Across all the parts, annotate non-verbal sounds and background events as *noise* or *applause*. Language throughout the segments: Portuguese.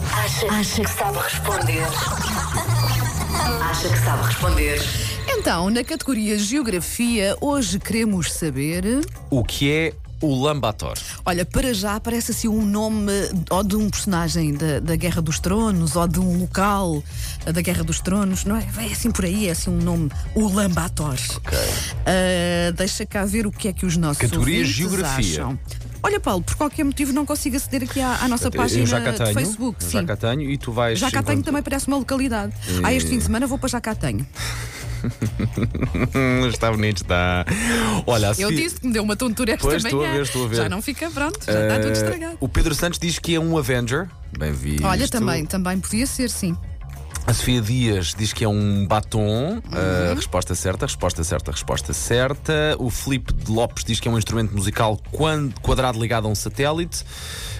Acha, acha que sabe responder. Acha que sabe responder. Então, na categoria Geografia, hoje queremos saber. O que é o Lambator? Olha, para já parece assim um nome ou de um personagem da, da Guerra dos Tronos ou de um local eh, da Guerra dos Tronos, não é? Vai assim por aí, é assim um nome, o Lambator. Ok. deixa cá ver o que é que os nossos. Categoria ouvintes Geografia. Acham. Olha, Paulo, por qualquer motivo não consigo aceder aqui à, à nossa página Eu já cá de tenho. Facebook. já sim. cá tenho e tu vais. Jacatanho enquanto- também parece uma localidade. Ah, este fim Eh, de semana vou para Jacatanho. Hum, está bonito, está. Olha, a Eu Sofia- disse que me deu uma tontura esta Pois, manhã. estou a ver, estou a ver. Já não fica pronto, já está tudo Eh, estragado. O Pedro Santos diz que é um Avenger. Bem visto. Olha, também, também podia ser, sim. A Sofia Dias diz que é um batom. Uhum. Uh, resposta certa, resposta certa, resposta certa. O Filipe de Lopes diz que é um instrumento musical quan- quadrado ligado a um satélite.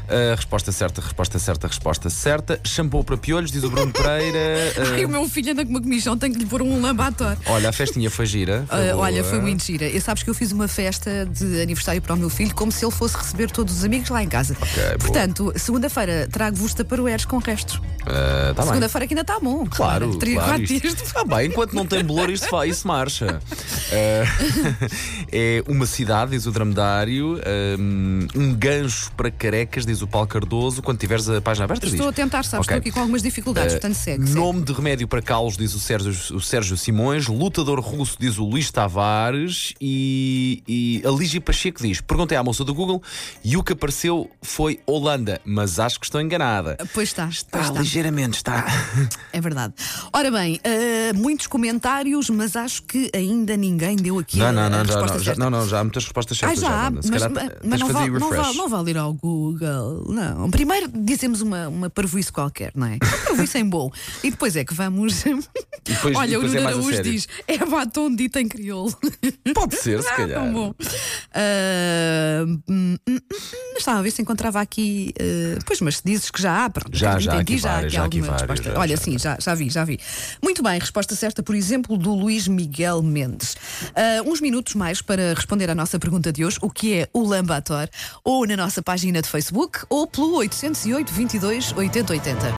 Uh, resposta certa, resposta certa, resposta certa. Shampoo para piolhos, diz o *laughs* Bruno Pereira. Uh, Ai, o meu filho anda com uma comissão, tenho que lhe pôr um lambator. olha, a festinha foi gira. Ah, olha, boa. foi muito gira. E sabes que eu fiz uma festa de aniversário para o meu filho, como se ele fosse receber todos os amigos lá em casa. boa. Portanto, segunda-feira trago-vos taparoeiros com restos. Uh, tá bem. Segunda-feira que ainda está bom. Claro, *laughs* Três, claro, quatro isto- dias de Está bem, enquanto não tem bolor, isto, vai, isso marcha. Eh, *laughs* é uma cidade, diz o Dramedário, eh, um gancho para carecas, diz o Paulo Cardoso. Quando tiveres a página aberta, Estou a diz. tentar, sabes? Ok. Estou Eh, aqui com algumas dificuldades, portanto segue. segue. Nome de remédio para calos, diz o Sérgio, o Sérgio Simões. Lutador russo, diz o Luís Tavares. E, e a Lígia Pacheco diz: Perguntei à moça do Google e o que apareceu foi Holanda, mas acho que estou enganada. Pois está, Ah, pois Está está. Ah, ligeiramente, está. É verdade. Ora bem, eh, muitos comentários, mas acho que ainda ninguém deu aqui a, Não, não, a não, já, resposta não, já, certa. não, não, já há muitas respostas Ah, certas. já há, Wanda. mas, Se calhar mas- tens mas não, de fazer vale, não, refresh. vale, não vale ir ao Google, não. Primeiro dizemos uma, uma parvoíce qualquer, *laughs* não é? Parvoíce em bom. E depois é que vamos. depois- Olha, depois o é Nuno mais a Araújo sério. diz: é batom dito em crioulo. Pode ser, se Ah, calhar. tão bom. Ah, hum, hum, hum, estava a ver se encontrava aqui. ah, pois, mas se dizes que já há, pronto. Já, acredito já, em aqui ti, já há várias, já aqui alguma várias, resposta. já, Olha, já. sim, já, já vi, já vi. Muito bem, resposta certa, por exemplo, do Luís Miguel Mendes. Ah, uns minutos mais para responder à nossa pergunta de hoje: o que é o Lambator? Ou na nossa página de Facebook ou pelo 808 22 8080.